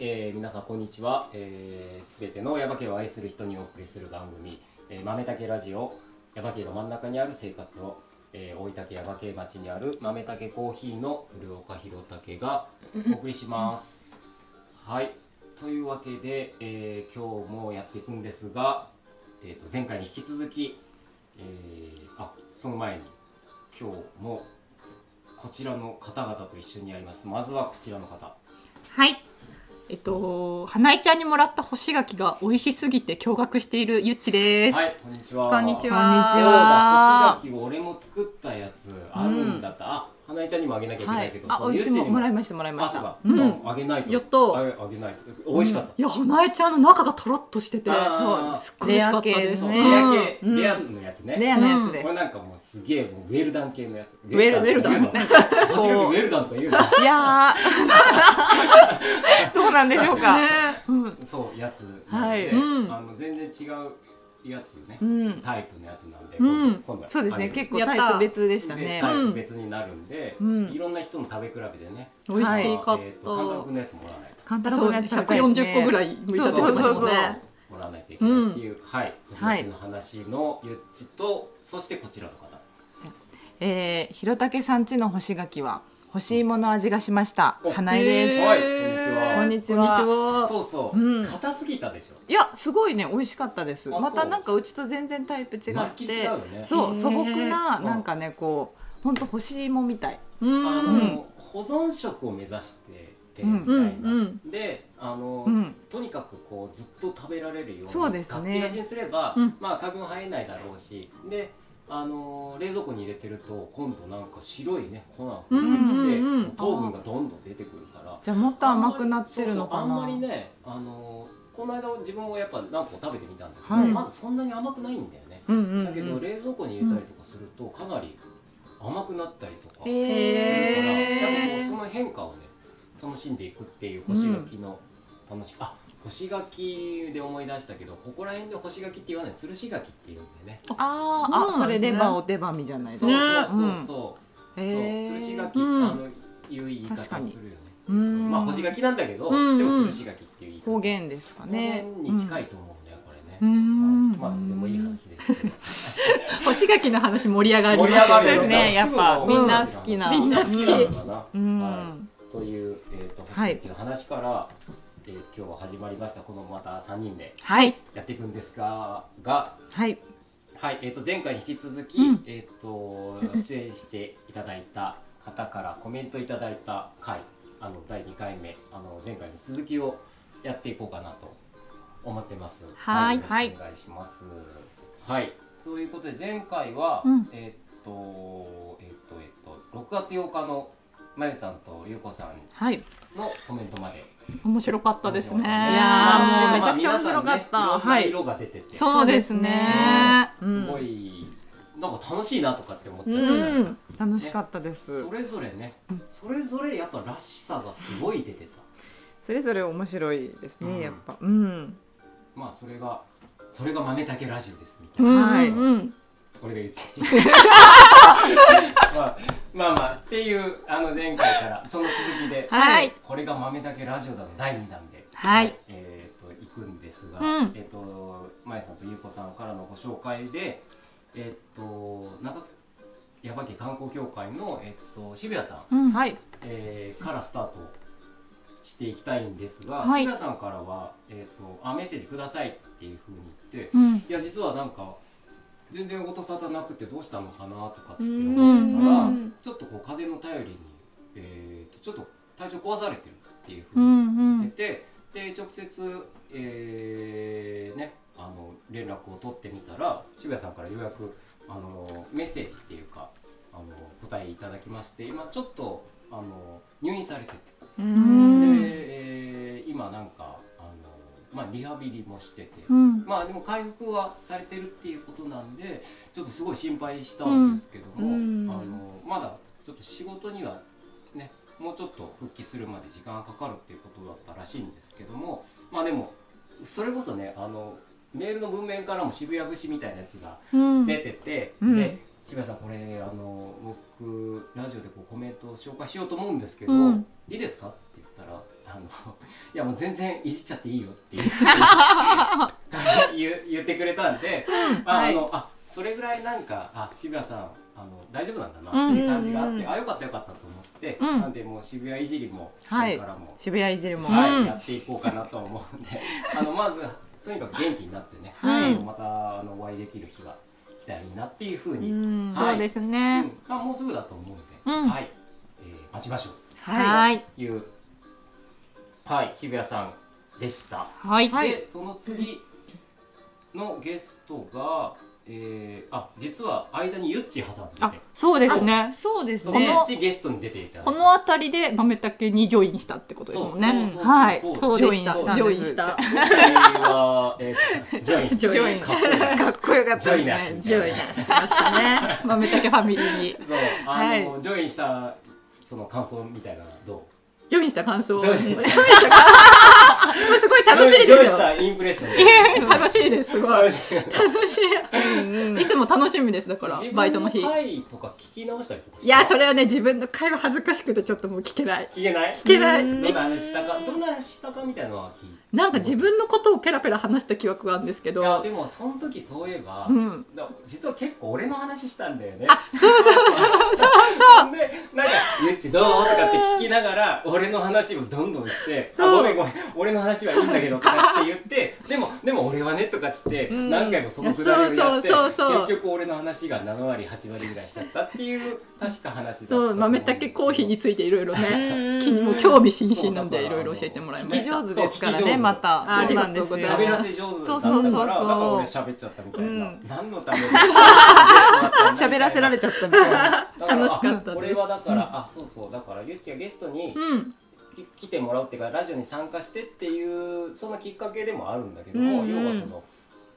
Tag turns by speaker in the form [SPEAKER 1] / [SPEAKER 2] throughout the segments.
[SPEAKER 1] 皆さんこんにちは。えーす、べ、てのヤバ系を愛する人にお送りする番組、えー、豆竹ラジオ、ヤバ系が真ん中にある生活を、えー、大分県ヤバ系町にある豆竹コーヒーの古岡弘武がお送りします。はい。というわけで、えー、今日もやっていくんですが、えー、と前回に引き続き、えー、あその前に今日もこちらの方々と一緒にやります。まずはこちらの方。
[SPEAKER 2] はい。えっと、花井ちゃんにもらった干し柿が美味しすぎて驚愕しているゆっちです。
[SPEAKER 1] はい、こんにちは。
[SPEAKER 2] こんにち
[SPEAKER 1] そう
[SPEAKER 2] は。
[SPEAKER 3] こんにち
[SPEAKER 1] だ、
[SPEAKER 3] は
[SPEAKER 1] 干し柿を俺も作ったやつあるんだった。あ、花江ちゃんにもあげなきゃいけ
[SPEAKER 3] は
[SPEAKER 1] ない
[SPEAKER 3] い
[SPEAKER 1] けど、、
[SPEAKER 3] あ、
[SPEAKER 1] そう
[SPEAKER 3] うち
[SPEAKER 1] ゆっち
[SPEAKER 3] も
[SPEAKER 1] に
[SPEAKER 3] もらいましたもらいま
[SPEAKER 1] あ、
[SPEAKER 3] し
[SPEAKER 1] そう
[SPEAKER 3] た
[SPEAKER 1] か。。
[SPEAKER 2] うん
[SPEAKER 1] あげないと。
[SPEAKER 2] やった
[SPEAKER 1] あげあげないと。美味しかった。
[SPEAKER 2] いや、花江ちゃんの中がとろっとしてて、
[SPEAKER 1] あー
[SPEAKER 2] そう、すっごい美味しかったです。
[SPEAKER 1] そう
[SPEAKER 3] レ
[SPEAKER 1] レ
[SPEAKER 3] ア
[SPEAKER 1] ア
[SPEAKER 2] うん
[SPEAKER 1] 系、
[SPEAKER 3] うん
[SPEAKER 1] レアのやつね。
[SPEAKER 3] レアなやつです
[SPEAKER 1] これ。なんかもうすげえもうウェルダン系のやつ。ウ
[SPEAKER 3] ェル
[SPEAKER 1] ダンって言うの。干し柿ウェルダンとか言うの。
[SPEAKER 3] いや ーどうなんでしょうか。
[SPEAKER 2] ね
[SPEAKER 3] うん
[SPEAKER 1] そうやつなんで、
[SPEAKER 3] はい
[SPEAKER 2] うん
[SPEAKER 1] あの全然違うやつね、
[SPEAKER 3] うん
[SPEAKER 1] タイプのやつなんで、
[SPEAKER 2] うん
[SPEAKER 1] 今度は
[SPEAKER 3] そうですね。
[SPEAKER 1] あげる
[SPEAKER 3] 結構タイプ別でした
[SPEAKER 1] で
[SPEAKER 3] ね。
[SPEAKER 1] タイ
[SPEAKER 2] う
[SPEAKER 1] プ
[SPEAKER 2] ん
[SPEAKER 1] 別になるんで、
[SPEAKER 3] うん
[SPEAKER 1] いろんな人の食べ比べでね
[SPEAKER 2] 美味
[SPEAKER 3] はい
[SPEAKER 2] しかっ
[SPEAKER 1] えーと
[SPEAKER 2] た。
[SPEAKER 1] 簡単くのやつもらわないと
[SPEAKER 3] 簡単
[SPEAKER 2] そう
[SPEAKER 3] な
[SPEAKER 2] ね、
[SPEAKER 3] やつ
[SPEAKER 2] 140個ぐら
[SPEAKER 3] い。
[SPEAKER 2] い向いたって
[SPEAKER 3] そう
[SPEAKER 2] こ
[SPEAKER 3] そう
[SPEAKER 2] とです
[SPEAKER 3] そうそう
[SPEAKER 2] もんね。
[SPEAKER 1] もらわないといけないっていう、はいこちらの話のゆっちとそしてこちらの方
[SPEAKER 3] えー、ひろたけさんちの干し柿は干し芋の味がしました
[SPEAKER 1] お。
[SPEAKER 3] 花井で
[SPEAKER 1] へ
[SPEAKER 3] す。
[SPEAKER 1] ーはい
[SPEAKER 3] こんにちは
[SPEAKER 2] こんにちは
[SPEAKER 1] そうそう、
[SPEAKER 3] うん
[SPEAKER 1] 硬すぎたでしょ
[SPEAKER 3] いや、すごいね、美味しかったです。
[SPEAKER 1] あ
[SPEAKER 3] また
[SPEAKER 1] そう
[SPEAKER 3] なんかうちと全然タイプ違っ
[SPEAKER 1] 巻き違う
[SPEAKER 3] て
[SPEAKER 1] よ、ね
[SPEAKER 3] そ
[SPEAKER 2] へ
[SPEAKER 3] う、
[SPEAKER 2] ー
[SPEAKER 3] 素朴ななんかね、こう本当干し芋みたい。
[SPEAKER 2] う
[SPEAKER 1] あ
[SPEAKER 2] ん。うん
[SPEAKER 1] の保存食を目指しててみたいな、
[SPEAKER 2] うん
[SPEAKER 1] であの、
[SPEAKER 3] うん。
[SPEAKER 1] とにかくこうずっと食べられるように
[SPEAKER 3] そうですね
[SPEAKER 1] ガッチガチにすれば、
[SPEAKER 2] うん
[SPEAKER 1] まあ花粉生えないだろうしであのー冷蔵庫に入れてると今度なんか白いね粉が出てき
[SPEAKER 2] う
[SPEAKER 1] て、
[SPEAKER 2] んうんうん
[SPEAKER 1] 糖分がどんどん出てくるから
[SPEAKER 3] じゃあもっと甘くなってるの
[SPEAKER 1] そ
[SPEAKER 3] かな。
[SPEAKER 1] うそうあんまりねあのーこの間自分もやっぱ何個食べてみたんだけど、
[SPEAKER 3] はい
[SPEAKER 1] まだそんなに甘くないんだよね、
[SPEAKER 3] うんうんうん。
[SPEAKER 1] だけど冷蔵庫に入れたりとかするとかなり甘くなったりとかするから、やっぱこう
[SPEAKER 3] えー
[SPEAKER 1] その変化をね楽しんでいくっていう干し柿の楽し、あ干し柿で思い出したけどここら辺で干し柿って言わない吊るし柿って言うんだよね
[SPEAKER 3] あ
[SPEAKER 2] そう
[SPEAKER 3] ーあ、
[SPEAKER 2] な
[SPEAKER 3] そ
[SPEAKER 2] んで
[SPEAKER 3] れ
[SPEAKER 2] すね
[SPEAKER 3] レバーお手紙じゃないです
[SPEAKER 1] そう
[SPEAKER 3] か。
[SPEAKER 1] そうそう
[SPEAKER 3] う
[SPEAKER 1] そう,、
[SPEAKER 3] へー
[SPEAKER 1] そう吊るし柿ってあ
[SPEAKER 2] うん
[SPEAKER 1] のいう言い方
[SPEAKER 3] 確かに
[SPEAKER 1] するよね
[SPEAKER 3] うん
[SPEAKER 1] まあ干し柿なんだけど、
[SPEAKER 2] うんうん
[SPEAKER 1] でも吊るし柿っていう言い方
[SPEAKER 3] 方言ですか
[SPEAKER 1] 方
[SPEAKER 3] ね。
[SPEAKER 1] 言に近いと思うんだよこれね、
[SPEAKER 3] う
[SPEAKER 1] はい
[SPEAKER 3] ん。
[SPEAKER 1] まあでもいい話です けど
[SPEAKER 2] 干し柿の話盛り上がり
[SPEAKER 1] 盛
[SPEAKER 2] ます
[SPEAKER 1] り上が
[SPEAKER 3] そ
[SPEAKER 1] るよ
[SPEAKER 3] うですねやっぱ
[SPEAKER 1] すぐ終わる
[SPEAKER 3] みんな好きな
[SPEAKER 2] みんな好き
[SPEAKER 1] そうなのかな
[SPEAKER 3] うん。
[SPEAKER 1] はいという、えー、と
[SPEAKER 3] はい
[SPEAKER 1] 星きの話から、えー今日は始まりましたこのまた3人で
[SPEAKER 3] はい
[SPEAKER 1] やっていくんですがが、
[SPEAKER 3] はい。
[SPEAKER 1] はいえー、と前回に引き続き、
[SPEAKER 3] うん
[SPEAKER 1] えー、 と出演していただいた方からコメントいただいた回あの第2回目あの前回の続きをやっていこうかなと思ってます。
[SPEAKER 2] はい
[SPEAKER 1] よろしくお願いします。はい、そういうことで前回は、
[SPEAKER 2] うん
[SPEAKER 1] えっ、とえっ、とえっ、と6月8日のまゆさんとゆうこさん
[SPEAKER 3] はい。
[SPEAKER 1] のコメントまで。
[SPEAKER 2] 面白かったですね。
[SPEAKER 1] い
[SPEAKER 3] やーもうめちゃくちゃ面白かった
[SPEAKER 1] は。
[SPEAKER 3] はいい
[SPEAKER 1] 色が出てて、
[SPEAKER 2] そうですね。
[SPEAKER 3] うん
[SPEAKER 1] すごいなんか楽しいなとかって思っちゃ
[SPEAKER 2] う
[SPEAKER 1] う。
[SPEAKER 2] ん。
[SPEAKER 3] 楽しかったです
[SPEAKER 1] そ。れぞれね、それぞれやっぱらしさがすごい出てた。
[SPEAKER 3] それぞれ面白いです
[SPEAKER 1] うん
[SPEAKER 3] ねやっぱ。うん。
[SPEAKER 1] まあそれがそれがマネタケラジオですみたいな。
[SPEAKER 2] はい。うん。
[SPEAKER 1] 俺が言って。 まあまあまあっていうあの前回からその続きで、
[SPEAKER 2] はい
[SPEAKER 1] これが豆だけラジオだの第2弾で、
[SPEAKER 2] はい
[SPEAKER 1] えっ、と行くんですが、
[SPEAKER 2] うん
[SPEAKER 1] えっ、とまえさんとゆうこさんからのご紹介で、えっ、と長崎矢場家観光協会のえっ、と渋谷さん、
[SPEAKER 2] うん
[SPEAKER 3] はい。
[SPEAKER 1] えーからスタートしていきたいんですが、
[SPEAKER 2] はい
[SPEAKER 1] 渋谷さんからはえっ、とあメッセージくださいっていうふうに言って。
[SPEAKER 2] うん。
[SPEAKER 1] いや実はなんか全然音沙汰なくてどうしたのかなとかつって
[SPEAKER 3] うん
[SPEAKER 1] 思ってたら、
[SPEAKER 2] うん
[SPEAKER 1] ちょっとこう風の頼りに、えー、とちょっと体調壊されてるっていうふ
[SPEAKER 2] う
[SPEAKER 1] うに
[SPEAKER 2] ん。う
[SPEAKER 1] 言っ
[SPEAKER 2] ん。
[SPEAKER 1] てて、で直接、えーね、あの連絡を取ってみたら渋谷さんからようやくあのメッセージっていうかあの答えいただきまして今ちょっとあの入院されてて。で、
[SPEAKER 3] う
[SPEAKER 2] ん
[SPEAKER 1] えー今なんかあの、まあ、リハビリもしてて、
[SPEAKER 2] うん。
[SPEAKER 1] まあでも回復はされてるっていうことなんでちょっとすごい心配したんですけども、
[SPEAKER 3] うんうん
[SPEAKER 1] あのまだちょっと仕事にはねもうちょっと復帰するまで時間がかかるっていうことだったらしいんですけどもまあでもそれこそねあのメールの文面からも渋谷節みたいなやつが
[SPEAKER 2] うん。
[SPEAKER 1] 出てて、
[SPEAKER 3] うん
[SPEAKER 1] で渋谷さんこれあの僕ラジオでこうコメントを紹介しようと思うんですけど、
[SPEAKER 2] うん
[SPEAKER 1] 「いいですか?」っつって言ったら「あの いやもう全然いじっちゃっていいよ」っていう言う言ってくれたんで、あ
[SPEAKER 2] はい
[SPEAKER 1] あのあそれぐらいなんかあ渋谷さんあの大丈夫なんだなっていう感じがあって、
[SPEAKER 3] うんうんうん
[SPEAKER 1] あよかったよかったと思って、
[SPEAKER 3] うん
[SPEAKER 1] なんでもう渋谷いじりもこ
[SPEAKER 3] はい
[SPEAKER 1] れからも、
[SPEAKER 3] 渋谷いじるも、
[SPEAKER 1] はい
[SPEAKER 2] うん
[SPEAKER 1] やっていこうかなと思うんで あのまずとにかく元気になってね、
[SPEAKER 2] はい
[SPEAKER 1] あのまたあのお会いできる日が来たらいいなっていうふうに、
[SPEAKER 3] うん
[SPEAKER 1] はい
[SPEAKER 2] そうです
[SPEAKER 1] う
[SPEAKER 2] ね
[SPEAKER 1] ん。まあ、もうすぐだと思うんで、
[SPEAKER 2] うん
[SPEAKER 1] はい、えー待ちましょう
[SPEAKER 2] は
[SPEAKER 3] はい
[SPEAKER 2] い。
[SPEAKER 1] というはい渋谷さんでした、
[SPEAKER 2] はい。
[SPEAKER 1] でその次のゲストが、えー、あ実は間にゆっち挟んで
[SPEAKER 2] あ
[SPEAKER 1] て、
[SPEAKER 2] そうですね。
[SPEAKER 3] そうです
[SPEAKER 1] そ
[SPEAKER 2] こ
[SPEAKER 1] の
[SPEAKER 2] の
[SPEAKER 1] ゆ
[SPEAKER 3] ね
[SPEAKER 1] っちゲストに出ていただい
[SPEAKER 2] こ
[SPEAKER 1] て
[SPEAKER 2] の辺りで豆竹にジョインしたってことですもんね。
[SPEAKER 1] そうそうそうそう
[SPEAKER 2] はい。
[SPEAKER 1] そう
[SPEAKER 2] そうでした。
[SPEAKER 3] ジ
[SPEAKER 2] ジ
[SPEAKER 3] ョ
[SPEAKER 2] ョ
[SPEAKER 3] イ
[SPEAKER 2] イ
[SPEAKER 3] ン
[SPEAKER 2] ン
[SPEAKER 3] し
[SPEAKER 2] したた。
[SPEAKER 1] これは、え ー、ジョイン
[SPEAKER 2] ジョイン
[SPEAKER 1] かっこいいな
[SPEAKER 3] かっこよかった
[SPEAKER 1] ジョイナ
[SPEAKER 3] です
[SPEAKER 1] ス
[SPEAKER 3] ね。
[SPEAKER 2] ジョインしましたね。 豆竹ファミリーに。
[SPEAKER 1] そう、あの、
[SPEAKER 3] は
[SPEAKER 1] ジョインしたその感想みたいなのはど
[SPEAKER 2] ジョインした感想。
[SPEAKER 1] う。
[SPEAKER 2] これす
[SPEAKER 1] イン
[SPEAKER 2] ごい楽しいです
[SPEAKER 1] ジョイン
[SPEAKER 2] よ
[SPEAKER 1] し。たインプレッション。
[SPEAKER 2] えー 楽しいです。すごい。楽し
[SPEAKER 3] うんうん
[SPEAKER 2] い。いつも楽しみです。だから
[SPEAKER 1] 自、分
[SPEAKER 2] バイトの日。
[SPEAKER 1] 回とか聞き直したりとかした。
[SPEAKER 2] いや、それはね、自分の会話恥ずかしくて、ちょっともう聞けない。
[SPEAKER 1] 聞けない。
[SPEAKER 2] 聞けない。
[SPEAKER 3] うん
[SPEAKER 1] どんな話したか、どんな話したかみたいなのは聞いて。
[SPEAKER 2] なんか自分のことをペラペラ話した記憶があるんですけ
[SPEAKER 1] いや
[SPEAKER 2] ど。
[SPEAKER 1] でもその時そういえば、
[SPEAKER 2] うん
[SPEAKER 1] だ実は結構俺の話したんだよね。
[SPEAKER 2] あ、そうそうそうそうそう。
[SPEAKER 1] でなんか「ゆっちどう?」とかって聞きながら俺の話をどんどんして「あ
[SPEAKER 2] そう
[SPEAKER 1] ごめんごめん俺の話はいいんだけど」とかって 言って「でもでも俺はね」とかっつって
[SPEAKER 3] うん
[SPEAKER 1] 何回もそのくだりをやって
[SPEAKER 2] いやそうそうそうそう
[SPEAKER 1] 結局俺の話が7割8割ぐらいしちゃったっていう確か話だったと思
[SPEAKER 2] そう、豆竹コーヒーについていろいろ
[SPEAKER 3] うん
[SPEAKER 2] ね、気にも興味津々なんでいろいろ教えてもらいま
[SPEAKER 3] 聞き
[SPEAKER 2] した。
[SPEAKER 3] 上手ですから
[SPEAKER 1] そう聞き上手
[SPEAKER 3] ねまた
[SPEAKER 2] あ
[SPEAKER 3] そうなんです
[SPEAKER 2] あり
[SPEAKER 3] よ
[SPEAKER 2] がとうございま
[SPEAKER 1] 喋ら
[SPEAKER 2] す
[SPEAKER 1] せ上手だった
[SPEAKER 3] そう
[SPEAKER 1] から
[SPEAKER 3] そうそうそう
[SPEAKER 1] だから俺喋っちゃったみたいな、
[SPEAKER 3] うん
[SPEAKER 1] 何の ために
[SPEAKER 3] 喋らせられちゃったみたいな
[SPEAKER 1] だら
[SPEAKER 2] 楽しかったです
[SPEAKER 1] あ俺はだから、あそうそうだからゆっちがゲストに
[SPEAKER 2] うん、
[SPEAKER 1] き来てもらうっていうかラジオに参加してっていうそのきっかけでもあるんだけど
[SPEAKER 3] う
[SPEAKER 1] も、
[SPEAKER 3] んうん
[SPEAKER 1] 要はその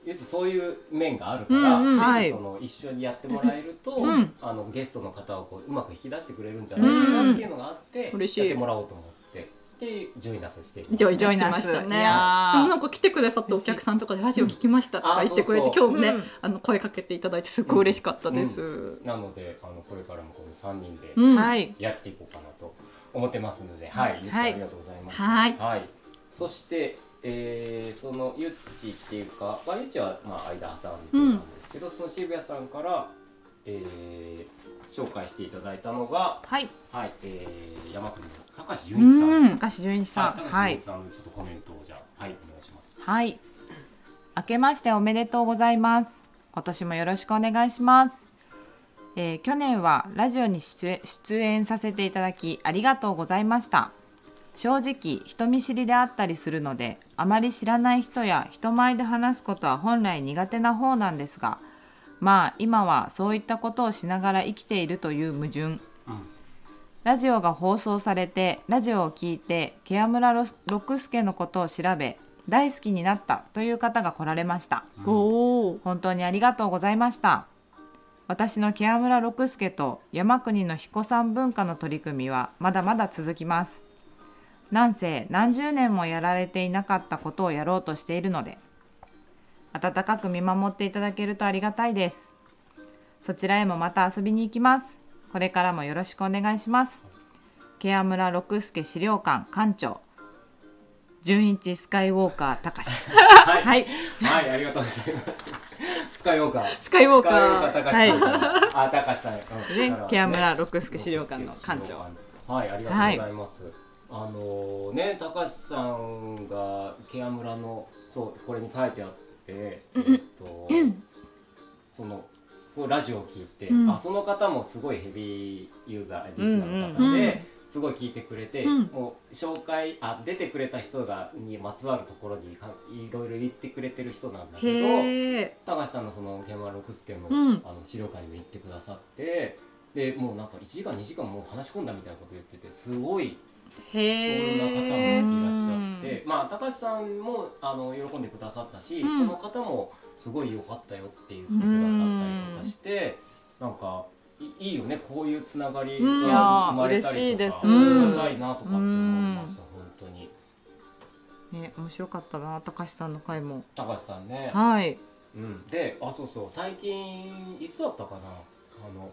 [SPEAKER 1] うちそういう面があるから、
[SPEAKER 2] うんうん
[SPEAKER 3] はい
[SPEAKER 1] その一緒にやってもらえると、
[SPEAKER 2] うん
[SPEAKER 1] あのゲストの方をこううまく引き出してくれるんじゃないかなっていうのがあって、
[SPEAKER 2] うん嬉しい
[SPEAKER 1] やってもらおうと思ってでジョイナスしてる
[SPEAKER 2] ジョイ
[SPEAKER 3] ジ
[SPEAKER 2] ジ
[SPEAKER 3] ョ
[SPEAKER 2] ョ
[SPEAKER 3] イ
[SPEAKER 2] イ
[SPEAKER 3] ナ
[SPEAKER 2] ナ
[SPEAKER 3] ス
[SPEAKER 2] スしたね。でも
[SPEAKER 3] いやー
[SPEAKER 2] なんか来てくださったお客さんとかでラジオ聞きましたとか言ってくれ
[SPEAKER 1] うん
[SPEAKER 2] て、
[SPEAKER 1] あ
[SPEAKER 2] 今日もね
[SPEAKER 3] うん、
[SPEAKER 2] あの声かけていただいてすっごい嬉しかったです。うん
[SPEAKER 1] なのであのこれからもこの3人で
[SPEAKER 3] は
[SPEAKER 2] はい。
[SPEAKER 3] い
[SPEAKER 1] やっていこうかなと思ってますので、はい、ゆっちゃんありがとうございます。
[SPEAKER 2] はい
[SPEAKER 1] そして、えーそのゆっちっていうか、まあ、ゆっちはまあ間挟んでなんですけど、その渋谷さんから、えー紹介していただいたのが、
[SPEAKER 3] はい
[SPEAKER 1] はい、えー、山国の高
[SPEAKER 2] う
[SPEAKER 1] 橋純一さん。はい、
[SPEAKER 2] ん。
[SPEAKER 3] 高橋純一さん
[SPEAKER 1] 高橋
[SPEAKER 3] は
[SPEAKER 1] 純
[SPEAKER 3] い
[SPEAKER 1] 一さんのちょっとコメントをじゃあ、はい、お願いします。
[SPEAKER 3] はい。明けましておめでとうございます。今年もよろしくお願いします。えー去年はラジオに出演出演させていただきありがとうございました。正直人見知りであったりするのであまり知らない人や人前で話すことは本来苦手な方なんですがまあ今はそういったことをしながら生きているという矛盾
[SPEAKER 1] うん、
[SPEAKER 3] ラジオが放送されてラジオを聞いてケア村ロスロックスケのことを調べ大好きになったという方が来られました
[SPEAKER 2] おー
[SPEAKER 3] 本当にありがとうございました私のケア村ロックスケと山国の彦さん文化の取り組みはまだまだ続きますなんせ何十年もやられていなかったことをやろうとしているので温かく見守っていただけるとありがたいですそちらへもまた遊びに行きますこれからもよろしくお願いしますケア村六助資料館館長純一スカイウォーカー 隆
[SPEAKER 1] はい、は、
[SPEAKER 3] はいい
[SPEAKER 1] ありがとうござい ます。スカイウォーカー。
[SPEAKER 2] スカイウォー
[SPEAKER 1] ス
[SPEAKER 2] カ
[SPEAKER 1] カイウォー
[SPEAKER 2] ー。
[SPEAKER 1] カー高橋さんから。あ、高橋さん。うん
[SPEAKER 3] ね
[SPEAKER 1] から、
[SPEAKER 3] ケア村六助資料館の館長。
[SPEAKER 1] はい、ありがとうございます。あのね、高橋さんがケア村の、そう、これに書いてあって、えっと。その、こうラジオを聞いて、
[SPEAKER 2] うん
[SPEAKER 1] あ、その方もすごいヘビーユーザー、リスナーの
[SPEAKER 2] うん
[SPEAKER 1] 方
[SPEAKER 2] うんう
[SPEAKER 1] で
[SPEAKER 2] ん。
[SPEAKER 1] すごい聞いてくれて、
[SPEAKER 2] うん
[SPEAKER 1] もう紹介あ出てくれた人がにまつわるところにかいろいろ言ってくれてる人なんだけど
[SPEAKER 2] へえ。
[SPEAKER 1] 高橋さんのその現場六助も、
[SPEAKER 2] うん
[SPEAKER 1] あの資料館にも行ってくださってでもうなんか1時間2時間もう話し込んだみたいなこと言っててすごいそ
[SPEAKER 2] へ
[SPEAKER 1] んな方
[SPEAKER 2] え。
[SPEAKER 1] もいらっしゃってまあ高橋さんもあの喜んでくださったし、
[SPEAKER 2] うん
[SPEAKER 1] その方もすごい良かったよって言ってくださったりとかして、なんかいいいよねこういうつながりが
[SPEAKER 2] うんいや
[SPEAKER 1] 生まれた
[SPEAKER 3] 嬉し
[SPEAKER 1] り
[SPEAKER 3] い
[SPEAKER 1] と
[SPEAKER 3] で
[SPEAKER 1] か、
[SPEAKER 3] す
[SPEAKER 1] ありがたいなとかって思います、
[SPEAKER 3] うん
[SPEAKER 1] 本当に
[SPEAKER 3] ね面白かったな高橋さんの回も
[SPEAKER 1] 高橋さんね。
[SPEAKER 3] はい
[SPEAKER 1] うん、であそうそう最近いつだったかなあの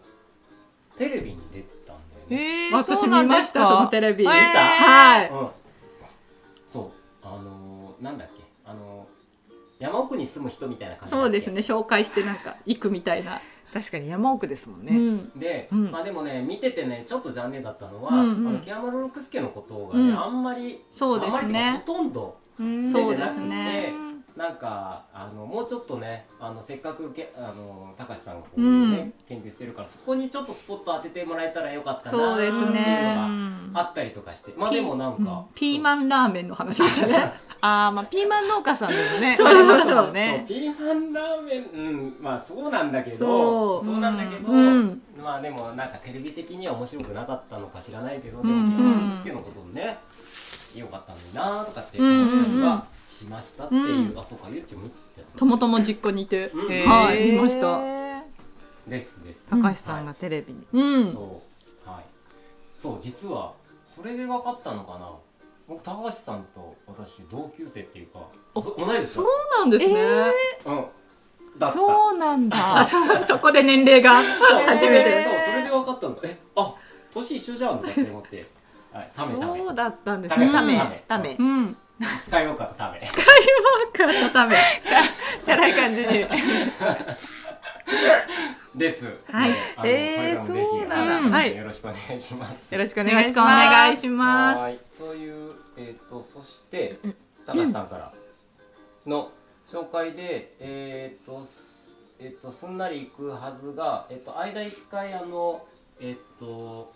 [SPEAKER 1] テレビに出てたんだよね、
[SPEAKER 3] え
[SPEAKER 2] 私見ましたそのテレビ、
[SPEAKER 3] えー
[SPEAKER 2] はい
[SPEAKER 1] うん、そうあのーなんだっけあのー山奥に住む人みたいな感じだっけ
[SPEAKER 2] そうですね紹介してなんか行くみたいな、
[SPEAKER 3] 確かに山奥ですもん
[SPEAKER 2] う
[SPEAKER 3] ね。
[SPEAKER 2] ん、
[SPEAKER 1] で、
[SPEAKER 3] うん
[SPEAKER 1] まあでもね見ててねちょっと残念だったのは、
[SPEAKER 2] うんうん
[SPEAKER 1] あの木山六之助のことがね、
[SPEAKER 2] うん
[SPEAKER 1] あんまり
[SPEAKER 2] そうで
[SPEAKER 1] あんますりってかほ
[SPEAKER 2] ね
[SPEAKER 1] とんど
[SPEAKER 3] うん
[SPEAKER 2] そうですね
[SPEAKER 1] なんかあのもうちょっとねあのせっかくけあの高橋さんがこう、ね
[SPEAKER 2] うん
[SPEAKER 1] 研究してるからそこにちょっとスポット当ててもらえたらよかったな
[SPEAKER 2] そう
[SPEAKER 1] ってい
[SPEAKER 2] で
[SPEAKER 1] う
[SPEAKER 2] す
[SPEAKER 1] の
[SPEAKER 2] ね
[SPEAKER 1] があ
[SPEAKER 3] あ
[SPEAKER 1] ったりとかしてまあ
[SPEAKER 2] ピ
[SPEAKER 1] でもなんか、
[SPEAKER 2] ピーマンラーメンの話でしたね
[SPEAKER 3] あーまあピーマン農家さんでもね
[SPEAKER 2] そう
[SPEAKER 3] あります
[SPEAKER 2] そうそ
[SPEAKER 3] もん
[SPEAKER 1] そう
[SPEAKER 3] ね。
[SPEAKER 1] ピーマンラーメンうんまあそうなんだけど
[SPEAKER 2] そう
[SPEAKER 1] なんだけど、
[SPEAKER 2] うん
[SPEAKER 1] まあでもなんかテレビ的には面白くなかったのか知らないけど、
[SPEAKER 3] うんうん
[SPEAKER 1] でも木山之助のこともねよかったのになとかって
[SPEAKER 2] うん
[SPEAKER 1] 思
[SPEAKER 2] うんうん
[SPEAKER 1] ったりはしましたっていう、
[SPEAKER 2] うん
[SPEAKER 1] あそうかゆっちも言ってた
[SPEAKER 2] ともとも実家にいて、
[SPEAKER 1] うん
[SPEAKER 3] へ
[SPEAKER 1] え
[SPEAKER 3] ー
[SPEAKER 2] はい見ました
[SPEAKER 1] ですです、
[SPEAKER 3] 高橋さんがテレビに。
[SPEAKER 2] うん、
[SPEAKER 1] そうはいそう実はそれで分かったのかな僕高橋さんと私同級生っていうか
[SPEAKER 2] あ
[SPEAKER 1] そ同いです
[SPEAKER 2] そう
[SPEAKER 1] よ、
[SPEAKER 2] なんですね、
[SPEAKER 1] うん、だった
[SPEAKER 3] そうなん
[SPEAKER 2] あ
[SPEAKER 3] だ。
[SPEAKER 2] そそこで年齢が
[SPEAKER 1] そう
[SPEAKER 2] 初めて
[SPEAKER 1] そうそれで分かったんだえあ年一緒じゃんとかって思ってはいためため
[SPEAKER 3] そうだったんです
[SPEAKER 1] ダ
[SPEAKER 3] ね。
[SPEAKER 1] メ
[SPEAKER 3] ダメ
[SPEAKER 1] ダ
[SPEAKER 3] ダ
[SPEAKER 1] メ
[SPEAKER 3] メ
[SPEAKER 2] う。ん
[SPEAKER 1] 使いようかため
[SPEAKER 2] カーのため
[SPEAKER 3] じゃない感じに。
[SPEAKER 1] です
[SPEAKER 2] はい
[SPEAKER 1] ねあの
[SPEAKER 3] えー
[SPEAKER 1] これからもぜひ
[SPEAKER 3] そう
[SPEAKER 2] なんだ
[SPEAKER 1] あの
[SPEAKER 3] はい
[SPEAKER 1] よろしくお願いします
[SPEAKER 3] よろしくお
[SPEAKER 2] お
[SPEAKER 3] 願
[SPEAKER 2] 願い
[SPEAKER 3] い
[SPEAKER 2] しま
[SPEAKER 3] し
[SPEAKER 2] すお願
[SPEAKER 3] ま
[SPEAKER 2] い
[SPEAKER 3] す。
[SPEAKER 2] します
[SPEAKER 1] はいという、えっとそして高橋さんからの紹介で、えっとすえっとすんなり行くはずが、えっと間一回あのえっと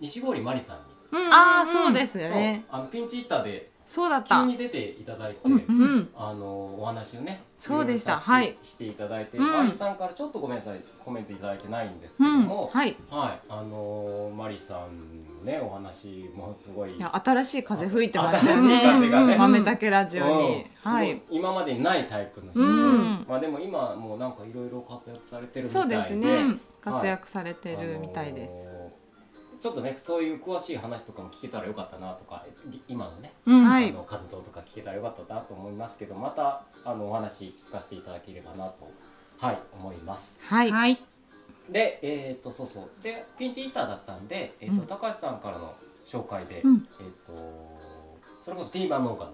[SPEAKER 1] 西郡真理さんに、
[SPEAKER 3] ああそうですすよね。
[SPEAKER 1] そうあのピンチヒッターで
[SPEAKER 3] そうだっ
[SPEAKER 1] 急
[SPEAKER 3] た。
[SPEAKER 1] に出ていただいて、
[SPEAKER 2] うん、
[SPEAKER 1] あのお話をね
[SPEAKER 3] そうでした
[SPEAKER 1] いろいろさせて
[SPEAKER 3] はい
[SPEAKER 1] していただいて、
[SPEAKER 2] うん
[SPEAKER 1] マリさんからちょっとごめんなさいコメントいただいてないんですけど
[SPEAKER 2] うん
[SPEAKER 1] も、
[SPEAKER 3] はい。
[SPEAKER 1] はいあのマリさんねお話もすごい
[SPEAKER 3] いや新しい風吹いてまし
[SPEAKER 1] 新
[SPEAKER 3] た
[SPEAKER 1] し
[SPEAKER 3] よ
[SPEAKER 1] い
[SPEAKER 3] ね。
[SPEAKER 1] 風がね、
[SPEAKER 2] うん
[SPEAKER 3] 豆だけラジオ
[SPEAKER 1] うん
[SPEAKER 3] に。は
[SPEAKER 1] す
[SPEAKER 3] い。
[SPEAKER 1] ごい今までにないタイプの人で、
[SPEAKER 2] うん
[SPEAKER 1] まあでも今もうなんかいろいろ活躍されてるみた
[SPEAKER 3] そ
[SPEAKER 1] いうで
[SPEAKER 3] です
[SPEAKER 2] う
[SPEAKER 3] ね
[SPEAKER 2] ん。
[SPEAKER 3] 活躍されて
[SPEAKER 1] あの
[SPEAKER 3] る
[SPEAKER 1] ー
[SPEAKER 3] みたいです。
[SPEAKER 1] ちょっとねそういう詳しい話とかも聞けたらよかったなとか今のね、
[SPEAKER 2] うん
[SPEAKER 3] はい
[SPEAKER 1] あの活動とか聞けたらよかったなと思いますけどまたあのお話聞かせていただければなとはい思います
[SPEAKER 3] はい。
[SPEAKER 2] はい
[SPEAKER 1] でえっとそうそうでピンチヒッターだったんで、えーと
[SPEAKER 3] うん
[SPEAKER 1] 高橋さんからの紹介で、
[SPEAKER 2] うん
[SPEAKER 1] えっ、とそれこそピーマン農家の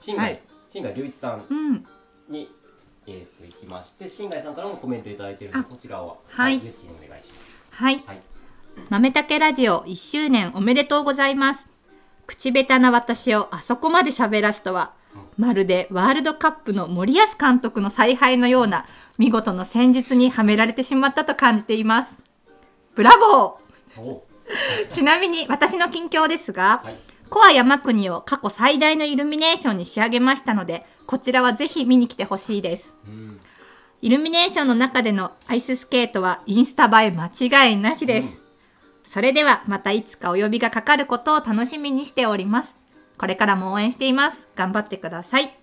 [SPEAKER 1] 新海、
[SPEAKER 3] はい
[SPEAKER 1] 新海隆一さん
[SPEAKER 3] うん。
[SPEAKER 1] に、えー、と行きまして新海さんからもコメントいただいてるの
[SPEAKER 2] あ
[SPEAKER 1] でこちらを
[SPEAKER 2] はい
[SPEAKER 1] ゆっちにお願いします
[SPEAKER 4] はい、
[SPEAKER 1] はい
[SPEAKER 4] 豆たけラジオ1周年おめでとうございます口下手な私をあそこまで喋らすとはまるでワールドカップの森保監督の采配のような見事の戦術にはめられてしまったと感じていますブラボ
[SPEAKER 1] お
[SPEAKER 4] ーちなみに私の近況ですが、
[SPEAKER 1] はい
[SPEAKER 4] コア山国を過去最大のイルミネーションに仕上げましたのでこちらはぜひ見に来てほしいです
[SPEAKER 1] うん
[SPEAKER 4] イルミネーションの中でのアイススケートはインスタ映え間違いなしです、それではまたいつかお呼びがかかることを楽しみにしておりますこれからも応援しています頑張ってください、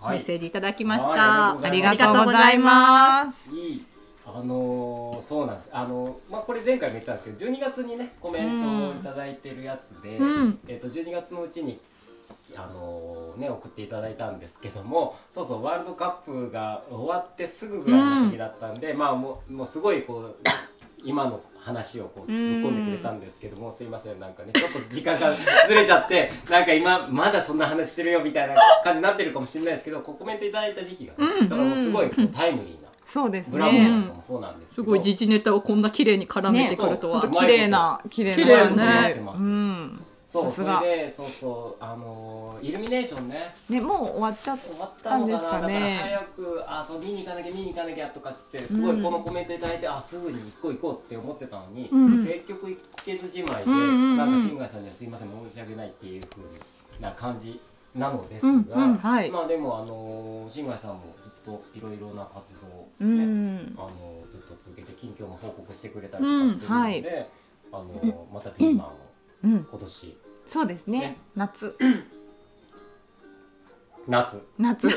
[SPEAKER 1] は
[SPEAKER 4] メッセージいただきまし
[SPEAKER 1] は
[SPEAKER 4] た
[SPEAKER 1] い
[SPEAKER 3] あ
[SPEAKER 1] あ
[SPEAKER 3] り
[SPEAKER 1] り
[SPEAKER 3] が
[SPEAKER 1] が
[SPEAKER 3] と
[SPEAKER 4] と
[SPEAKER 3] う
[SPEAKER 4] う
[SPEAKER 3] ご
[SPEAKER 4] ご
[SPEAKER 3] ざ
[SPEAKER 4] ざ
[SPEAKER 3] い
[SPEAKER 4] い
[SPEAKER 3] ま。
[SPEAKER 4] ます
[SPEAKER 1] いいあのーそうなんですあのーまあこれ前回も言ったんですけど12月にねコメントをいただいてるやつで、
[SPEAKER 2] うん
[SPEAKER 1] えっと12月のうちにあのーね送っていただいたんですけどもそうそうワールドカップが終わってすぐぐらいの時だったんで、まあもうもうすごいこう今の話をこうぶっ込んでくれたんですけども、すいませんなんかねちょっと時間がずれちゃって なんか今まだそんな話してるよみたいな感じになってるかもしれないですけどこうコメントいただいた時期がね、だからもうすごいこうタイムリーな。
[SPEAKER 3] そうです
[SPEAKER 1] ブラボーな
[SPEAKER 3] ね。
[SPEAKER 1] んかもそうなんですけ
[SPEAKER 2] す
[SPEAKER 1] ど、
[SPEAKER 2] ごい時事ネタをこんな綺麗に絡めてくると
[SPEAKER 1] ね
[SPEAKER 2] は、
[SPEAKER 1] そう
[SPEAKER 3] 綺麗な綺麗な
[SPEAKER 2] 綺麗
[SPEAKER 1] な
[SPEAKER 3] 感じ
[SPEAKER 1] ね
[SPEAKER 3] うん。
[SPEAKER 1] そう
[SPEAKER 3] さす
[SPEAKER 1] そ
[SPEAKER 3] が
[SPEAKER 1] れでそうそうあのーイルミネーションね
[SPEAKER 3] ねもう終わっちゃっ
[SPEAKER 1] 終わったのかな
[SPEAKER 3] なんです
[SPEAKER 1] だ
[SPEAKER 3] かね
[SPEAKER 1] から早くあそう見に行かなきゃ見に行かなきゃとかっつってすごいこのコメントいただいて、あすぐに行こう行こうって思ってたのに、
[SPEAKER 2] うん
[SPEAKER 1] 結局行けずじまい
[SPEAKER 2] う
[SPEAKER 1] で、
[SPEAKER 2] んうんうん
[SPEAKER 1] なんか新海さんにはすいません申し訳ないっていう風な感じなのですが、
[SPEAKER 2] うんうんはい
[SPEAKER 1] まあでもあのー新海さんもずっといろいろな活動を
[SPEAKER 3] う
[SPEAKER 1] ね、
[SPEAKER 3] ん。
[SPEAKER 1] あのずっと続けて近況も報告してくれたりとかしてるので、
[SPEAKER 3] うんはい
[SPEAKER 1] あのまたピーマンを
[SPEAKER 3] うん。
[SPEAKER 1] 今年
[SPEAKER 3] そうですね
[SPEAKER 1] ね。
[SPEAKER 3] 夏
[SPEAKER 1] 夏
[SPEAKER 3] 夏。
[SPEAKER 1] 夏ピ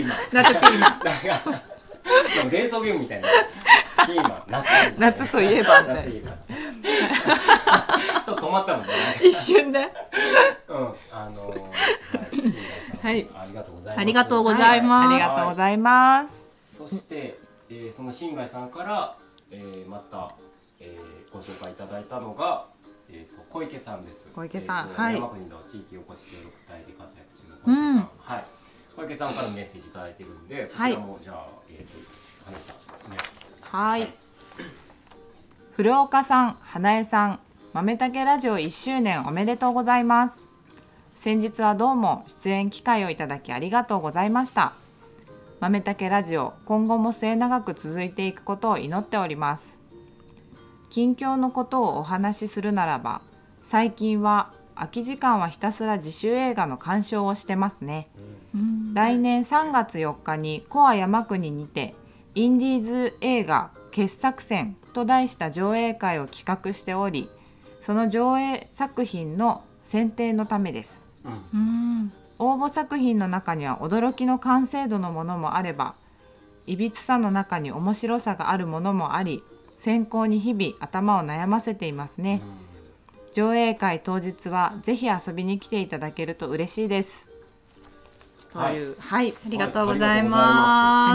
[SPEAKER 1] ーマン
[SPEAKER 3] 夏ピ ーマン。
[SPEAKER 1] なんかでも連想ゲームみたいなピーマン夏ピーマン
[SPEAKER 3] 夏といえばみたいな
[SPEAKER 1] 夏ピーマン ちょっと止まったもんね
[SPEAKER 2] 一瞬で
[SPEAKER 1] うんあのはい椎名さん
[SPEAKER 3] はい
[SPEAKER 1] ありがとうございます
[SPEAKER 2] ありがとうございます
[SPEAKER 3] ありがとうございます。
[SPEAKER 1] そして、えーその新海さんから、ええーまた、えーご紹介いただいたのが、えー、と小池さんです
[SPEAKER 3] 小池さん
[SPEAKER 1] えーと
[SPEAKER 3] はい
[SPEAKER 1] 山国の地域おこし協力隊で活躍中の小池さん、
[SPEAKER 4] うん
[SPEAKER 1] はい小池さんからメッセージいただいてるんでこ
[SPEAKER 3] は
[SPEAKER 1] ち
[SPEAKER 3] い
[SPEAKER 1] らもじゃあ、えー、と花ちゃんお願いします
[SPEAKER 3] はい古岡さん、花江さん、豆竹ラジオ1周年おめでとうございます。先日はどうも出演機会をいただきありがとうございました。豆竹ラジオ、今後も末永く続いていくことを祈っております。近況のことをお話しするならば、最近は空き時間はひたすら自主映画の鑑賞をしてますね。来年3月4日にコア山国にてインディーズ映画傑作選と題した上映会を企画しておりその上映作品の選定のためです
[SPEAKER 1] うん
[SPEAKER 4] うん
[SPEAKER 3] 応募作品の中には驚きの完成度のものもあればいびつさの中に面白さがあるものもあり選考に日々頭を悩ませていますね、上映会当日はぜひ遊びに来ていただけると嬉しいですと
[SPEAKER 1] はい
[SPEAKER 3] いうはい
[SPEAKER 4] ありがとうございます。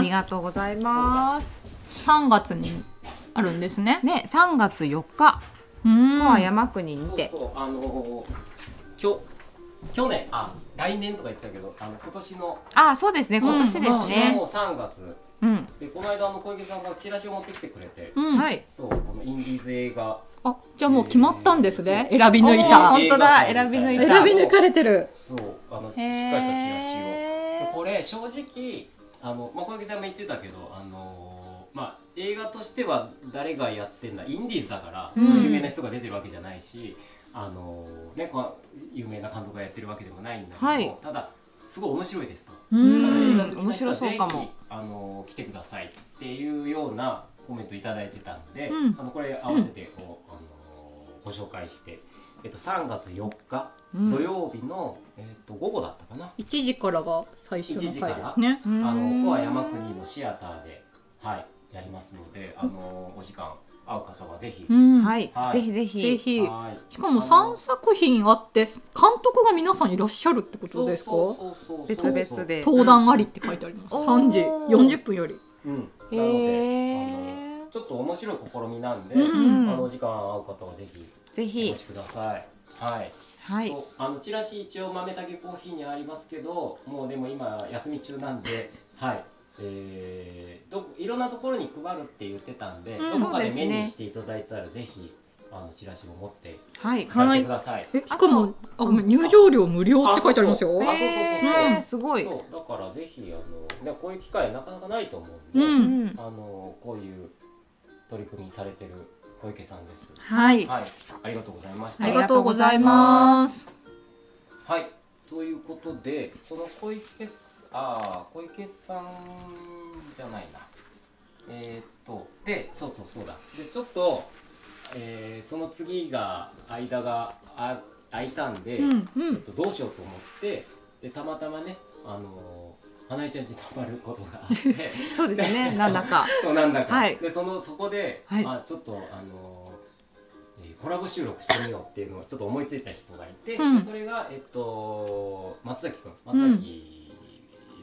[SPEAKER 3] ありがとうございます。
[SPEAKER 4] 3月にあるんですね。
[SPEAKER 3] ね、3月4日、
[SPEAKER 4] うん。
[SPEAKER 3] は山国に
[SPEAKER 1] そう
[SPEAKER 3] て、
[SPEAKER 1] そうあのー、きょ去年あ来年とか言ってたけどあの今年の
[SPEAKER 3] あ、そうですね、今年で
[SPEAKER 4] そ
[SPEAKER 3] す
[SPEAKER 4] う
[SPEAKER 3] ね。
[SPEAKER 1] もう3月
[SPEAKER 3] うん、
[SPEAKER 1] でこの間あの小池さんがチラシを持ってきてくれて、
[SPEAKER 4] うん
[SPEAKER 3] は。い。
[SPEAKER 1] そうこのインディーズ映画
[SPEAKER 4] あ、じゃあもう決まったんですね。
[SPEAKER 1] えー
[SPEAKER 4] 選び抜いた。
[SPEAKER 3] 本当だ
[SPEAKER 1] 映画祭みたい
[SPEAKER 3] 選
[SPEAKER 1] な
[SPEAKER 4] 選び抜かれてる。
[SPEAKER 1] そうあのしっかりしたチラシをで
[SPEAKER 3] へ
[SPEAKER 1] これ正直あの、まあ、小池さんも言ってたけど、あのーまあ、映画としては誰がやってんだインディーズだから、
[SPEAKER 4] うん
[SPEAKER 1] 有名な人が出てるわけじゃないし、あのーね、こう有名な監督がやってるわけでもないんだけど、
[SPEAKER 3] はい
[SPEAKER 1] ただすごい面白いですと。
[SPEAKER 4] う
[SPEAKER 1] だから映
[SPEAKER 3] ん
[SPEAKER 1] 画好きな人はぜ
[SPEAKER 3] 面白そう
[SPEAKER 1] ひ
[SPEAKER 3] かも
[SPEAKER 1] あの来てくださいっていうようなコメントいただいてたんで、
[SPEAKER 4] うん
[SPEAKER 1] あのこれ合わせてこう、あのご紹介して、えっと、3月4日
[SPEAKER 3] うん
[SPEAKER 1] 土曜日の、えっと、午後だったかな、
[SPEAKER 4] 1時からが最初の
[SPEAKER 1] 1時か
[SPEAKER 4] 回
[SPEAKER 1] ら
[SPEAKER 4] ですね。
[SPEAKER 3] ー
[SPEAKER 1] あ
[SPEAKER 3] うん
[SPEAKER 1] のコア山国のシアターで、はい、やりますので、あのお時間合う方はぜひ、
[SPEAKER 4] うん。。
[SPEAKER 3] はいい
[SPEAKER 1] は、い
[SPEAKER 3] ぜひぜひ。
[SPEAKER 4] ぜひ。
[SPEAKER 1] はい
[SPEAKER 4] しかも
[SPEAKER 1] あの
[SPEAKER 4] 3作品あって監督が皆さんいらっしゃるってことですか
[SPEAKER 1] そうそうそうそう
[SPEAKER 3] 別々で。
[SPEAKER 4] 登壇ありって書いてあります
[SPEAKER 3] うん
[SPEAKER 4] 3時
[SPEAKER 3] おー
[SPEAKER 4] 40分より
[SPEAKER 1] うんなの
[SPEAKER 3] へ
[SPEAKER 1] で、あの
[SPEAKER 3] え。
[SPEAKER 1] ちょっと面白い試みなんで、あ
[SPEAKER 4] う
[SPEAKER 3] ん
[SPEAKER 1] のお時間合う方はぜひ
[SPEAKER 3] ぜ
[SPEAKER 1] お
[SPEAKER 3] ひ
[SPEAKER 1] 越し。ください。はい、
[SPEAKER 3] はい。
[SPEAKER 1] とあのチラシ一応豆たけコーヒーにありますけどもうでも今休み中なんではい、えー、どこいろんなところに配るって言ってたんで、
[SPEAKER 4] うん
[SPEAKER 1] どこかで
[SPEAKER 3] そうで
[SPEAKER 1] 目
[SPEAKER 3] すね
[SPEAKER 1] にしていただいたらぜひあのチラシを持って
[SPEAKER 3] は
[SPEAKER 1] 帰
[SPEAKER 3] い。
[SPEAKER 1] ってください。
[SPEAKER 4] えしかもあごめん入場料無料って書いてありますよ
[SPEAKER 1] あそうそう
[SPEAKER 3] へーすごい。
[SPEAKER 1] そうだからぜひあのねこういう機会なかなかないと思うんで、
[SPEAKER 4] う
[SPEAKER 3] うんん。
[SPEAKER 1] あのこういう取り組みされてる小池さんです。
[SPEAKER 4] はい
[SPEAKER 1] はい、ありがとうございました。
[SPEAKER 4] ありがとうございます
[SPEAKER 1] はい、ということで、その小池す、あー小池さんじゃないな。えーっと、で、そうそうそうだ。で、ちょっと、えーその次が、間があ空いたんで、
[SPEAKER 4] うんう
[SPEAKER 1] えっ
[SPEAKER 4] ん
[SPEAKER 1] とどうしようと思って、で、たまたまね、あのー、花江ちゃんに泊まることがあって、
[SPEAKER 3] そうですね。なんだか。
[SPEAKER 1] そうなんだか、
[SPEAKER 3] はい
[SPEAKER 1] でそのそこで、
[SPEAKER 3] はい
[SPEAKER 1] あちょっとあのーえーコラボ収録してみようっていうのをちょっと思いついた人がいて、
[SPEAKER 4] うん
[SPEAKER 1] でそれがえっと松崎君松崎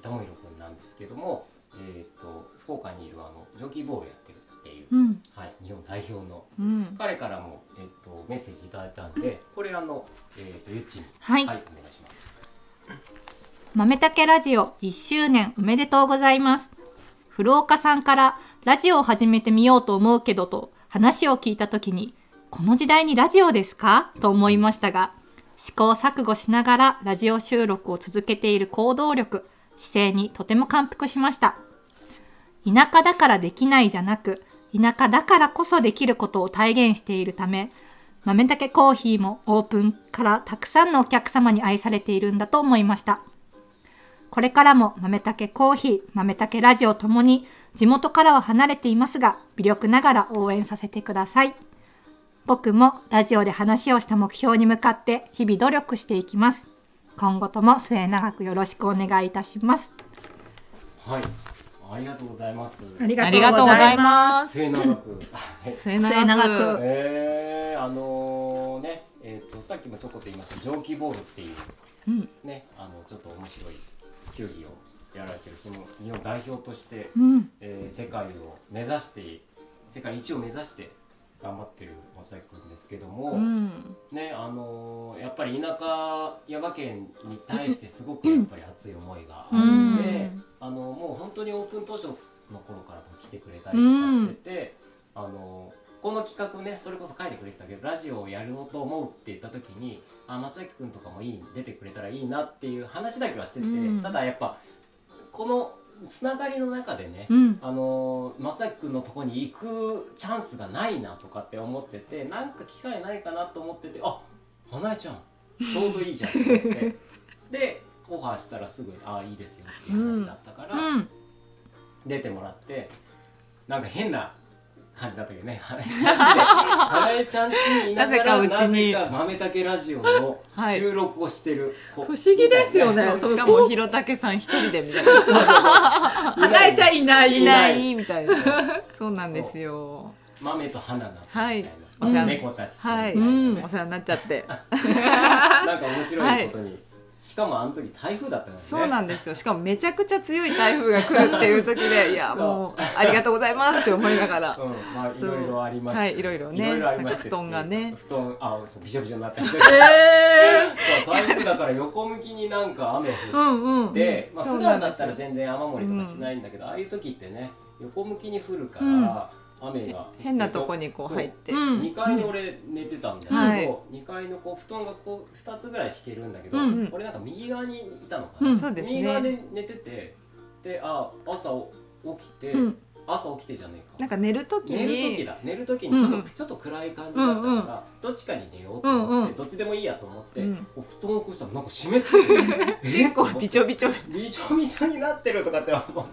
[SPEAKER 1] 智弘君なんですけども、えーっと福岡にいるあのジョッキーボールやってるっていう、
[SPEAKER 4] うん
[SPEAKER 1] はい日本代表の
[SPEAKER 3] うん。
[SPEAKER 1] 彼からもえっとメッセージいただいたんで、これあのえーっとゆっちに
[SPEAKER 4] は
[SPEAKER 1] はいいお願いします。
[SPEAKER 4] 豆たけラジオ1周年おめでとうございます。古岡さんからラジオを始めてみようと思うけどと話を聞いた時に、この時代にラジオですかと思いましたが、試行錯誤しながらラジオ収録を続けている行動力、姿勢にとても感服しました。田舎だからできないじゃなく、田舎だからこそできることを体現しているため、豆たけコーヒーもオープンからたくさんのお客様に愛されているんだと思いました。これからも豆たけコーヒー、豆たけラジオともに地元からは離れていますが、微力ながら応援させてください。僕もラジオで話をした目標に向かって日々努力していきます。今後とも末永くよろしくお願いいたします。
[SPEAKER 1] はい、ありがとうございます。
[SPEAKER 3] ありがとうございます。
[SPEAKER 1] 末永く。 はい
[SPEAKER 3] 末
[SPEAKER 4] 末永く
[SPEAKER 1] えー、あのね、えー、とさっきもちょこっと言いました蒸気ボールっていう、
[SPEAKER 3] うん
[SPEAKER 1] ねあのちょっと面白い球技をやられてるその日本代表として、
[SPEAKER 4] うん、
[SPEAKER 1] えー世界を目指して世界一を目指して頑張ってる松崎君ですけども、
[SPEAKER 2] うん、
[SPEAKER 1] ねあのーやっぱり田舎耶馬県に対してすごくやっぱり熱い思いがあって、
[SPEAKER 4] うん
[SPEAKER 1] あのもう本当にオープン当初の頃からこう来てくれたりとかしてて、あのこの企画ねそれこそ書いてくれてたけどラジオをやろうと思うって言った時にあ松崎君とかもいい出てくれたらいいなっていう話だけはしてて、
[SPEAKER 4] うん
[SPEAKER 1] ただやっぱこのつながりの中でね、
[SPEAKER 4] うん
[SPEAKER 1] あのー松崎君のとこに行くチャンスがないなとかって思っててなんか機会ないかなと思っててあ花江ちゃんちょうどいいじゃんって思ってでオファーしたらすぐ「ああいいですよ」っていう話だったから、
[SPEAKER 4] うん
[SPEAKER 1] 出てもらってなんか変な感じだったけどね花江ちゃん家で花江ちゃん家にいながら
[SPEAKER 3] なぜか
[SPEAKER 1] な
[SPEAKER 3] うちに
[SPEAKER 1] ぜか豆竹ラジオの収録をしてる、不
[SPEAKER 2] 不思議ですよね
[SPEAKER 3] そう
[SPEAKER 2] そう
[SPEAKER 3] しかもひろたけさん一人でみたいな
[SPEAKER 2] 花江ちゃんいない
[SPEAKER 1] い
[SPEAKER 3] い
[SPEAKER 1] ない
[SPEAKER 3] ないみたいなそうなんですよ
[SPEAKER 1] 豆と花だった
[SPEAKER 3] はい
[SPEAKER 1] みたいな、
[SPEAKER 3] うん
[SPEAKER 1] 猫たちとみ
[SPEAKER 3] は
[SPEAKER 1] た
[SPEAKER 3] い、
[SPEAKER 1] いなね
[SPEAKER 3] お世話になっちゃって
[SPEAKER 1] なんか面白いことに、しかもあの時台風だったんですね
[SPEAKER 3] そうなんですよしかもめちゃくちゃ強い台風が来るっていう時でいやもうありがとうございますって思いながら
[SPEAKER 1] うん、まあいろいろありまして、
[SPEAKER 3] はいいろいろね
[SPEAKER 1] いろいろありまして
[SPEAKER 3] なんか布団がね
[SPEAKER 1] 布団あそうびしょびしょになってて
[SPEAKER 3] え
[SPEAKER 1] そう台風だから横向きになんか雨降って
[SPEAKER 4] うんうん
[SPEAKER 1] で、まあ、
[SPEAKER 3] そう
[SPEAKER 1] 普
[SPEAKER 3] なんで
[SPEAKER 1] 段だ
[SPEAKER 3] すよ
[SPEAKER 1] ったら全然雨漏りとかしないんだけど、ああいう時ってね横向きに降るから、
[SPEAKER 4] うん
[SPEAKER 1] 雨が
[SPEAKER 3] ー、変なとこにこう入っ
[SPEAKER 1] そ
[SPEAKER 3] て
[SPEAKER 4] う
[SPEAKER 3] うん
[SPEAKER 1] うん2階に俺寝てたんだけど、
[SPEAKER 4] はい
[SPEAKER 1] 2階のこう布団がこう2つぐらい敷けるんだけど、
[SPEAKER 4] うん
[SPEAKER 1] 俺なんか右側にいたのかな、
[SPEAKER 4] うん
[SPEAKER 3] そうです
[SPEAKER 1] 右側
[SPEAKER 3] ね
[SPEAKER 1] で寝ててであ朝起きて、
[SPEAKER 4] うん
[SPEAKER 1] 朝起きてじゃねえか
[SPEAKER 3] なんか寝る時
[SPEAKER 1] 寝る時
[SPEAKER 3] に
[SPEAKER 1] だ寝る時にちょっと,、
[SPEAKER 4] うん
[SPEAKER 1] ちょっと暗い感じだったから、
[SPEAKER 4] うんうん
[SPEAKER 1] どっちかに寝ようと思って、
[SPEAKER 4] うんうん
[SPEAKER 1] どっちでもいいやと思って、
[SPEAKER 3] うん
[SPEAKER 1] こう布団をこうしたらなんか湿ってるえ
[SPEAKER 2] 結構びちょびちょ
[SPEAKER 1] びちょびちょになってるとかって思って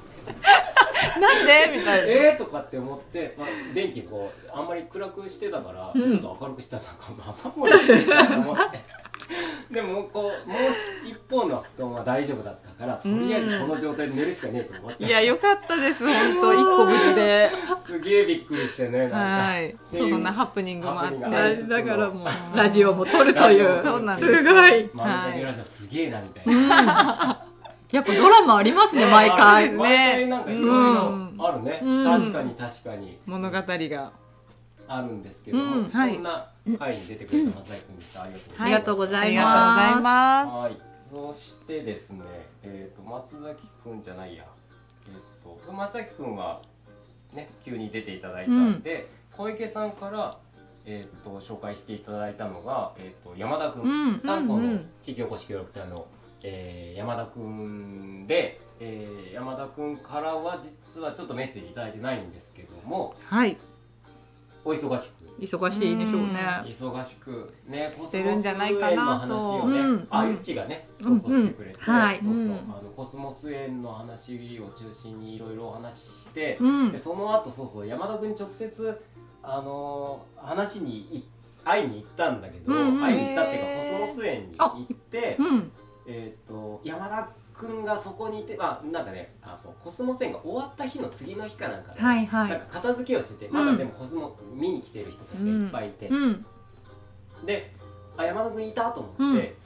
[SPEAKER 3] なんでみたいな
[SPEAKER 1] えーとかって思って、まあ、電気こうあんまり暗くしてたから、
[SPEAKER 4] うん
[SPEAKER 1] ちょっと明るくしたらなんか雨漏りしてると思って でもこうもう一方の布団は大丈夫だったからとりあえずこの状態で寝るしかねえと思って
[SPEAKER 3] いやよかったです本当一個無事です
[SPEAKER 1] げえびっくりしてねなんか、
[SPEAKER 3] はいそんなハプニングもあって
[SPEAKER 1] ハプニングがあ
[SPEAKER 2] 大
[SPEAKER 1] る
[SPEAKER 2] 事だからも
[SPEAKER 3] うん
[SPEAKER 2] うラジオも撮るという
[SPEAKER 3] そうなんですす
[SPEAKER 2] ごい
[SPEAKER 1] マルタニラジオすげえなみたいな、
[SPEAKER 4] やっぱドラマありますね
[SPEAKER 1] ね
[SPEAKER 4] 毎
[SPEAKER 1] あれ
[SPEAKER 4] 回
[SPEAKER 1] です毎回なんかいろいろあるね、
[SPEAKER 4] うん
[SPEAKER 1] 確かに確かに
[SPEAKER 3] 物語が
[SPEAKER 1] あるんですけども、
[SPEAKER 4] うん
[SPEAKER 1] そ
[SPEAKER 3] はい
[SPEAKER 1] んな回に出てくれた松崎君でしたありがとうございます、
[SPEAKER 4] ありがとうございます
[SPEAKER 3] ありがとうございます
[SPEAKER 1] はい、そしてですね、えっ、と松崎くんじゃないや、えっ、と松崎くんはね急に出ていただいたんで、小池さんからえっ、と紹介していただいたのがえっ、と山田くん、
[SPEAKER 4] うん
[SPEAKER 1] 三個
[SPEAKER 3] うんう
[SPEAKER 1] の
[SPEAKER 3] ん
[SPEAKER 1] 地域おこし協力隊の、えー山田くんで、えー山田くんからは実はちょっとメッセージいただいてないんですけども、
[SPEAKER 2] はい
[SPEAKER 1] お忙しく。
[SPEAKER 2] 忙しいでしょうね
[SPEAKER 1] 忙しくね、
[SPEAKER 3] してるんじゃないかなと
[SPEAKER 1] コスモス園の話をね、
[SPEAKER 4] うん
[SPEAKER 1] あゆっちがね、そうそうしてくれて、
[SPEAKER 4] うんうんはい
[SPEAKER 1] そうそう、
[SPEAKER 3] うん
[SPEAKER 1] あのコスモス園の話を中心にいろいろお話しして、
[SPEAKER 4] うん
[SPEAKER 1] でその後そうそう山田君に直接あのー話にい会いに行ったんだけど、
[SPEAKER 4] うんうん
[SPEAKER 1] 会いに行ったっていうかコスモス園に行って、
[SPEAKER 4] うん
[SPEAKER 1] えっ、と山田君がそこにいて、まあなんかね、あそうコスモス園が終わった日の次の日かなんかで、
[SPEAKER 4] はいは
[SPEAKER 1] なん
[SPEAKER 4] い
[SPEAKER 1] か片付けをしてて、まだでもコスモ見に来てる人たちがいっぱいいて。
[SPEAKER 4] うん
[SPEAKER 1] であ山田君いたと思って、
[SPEAKER 4] うん
[SPEAKER 1] えー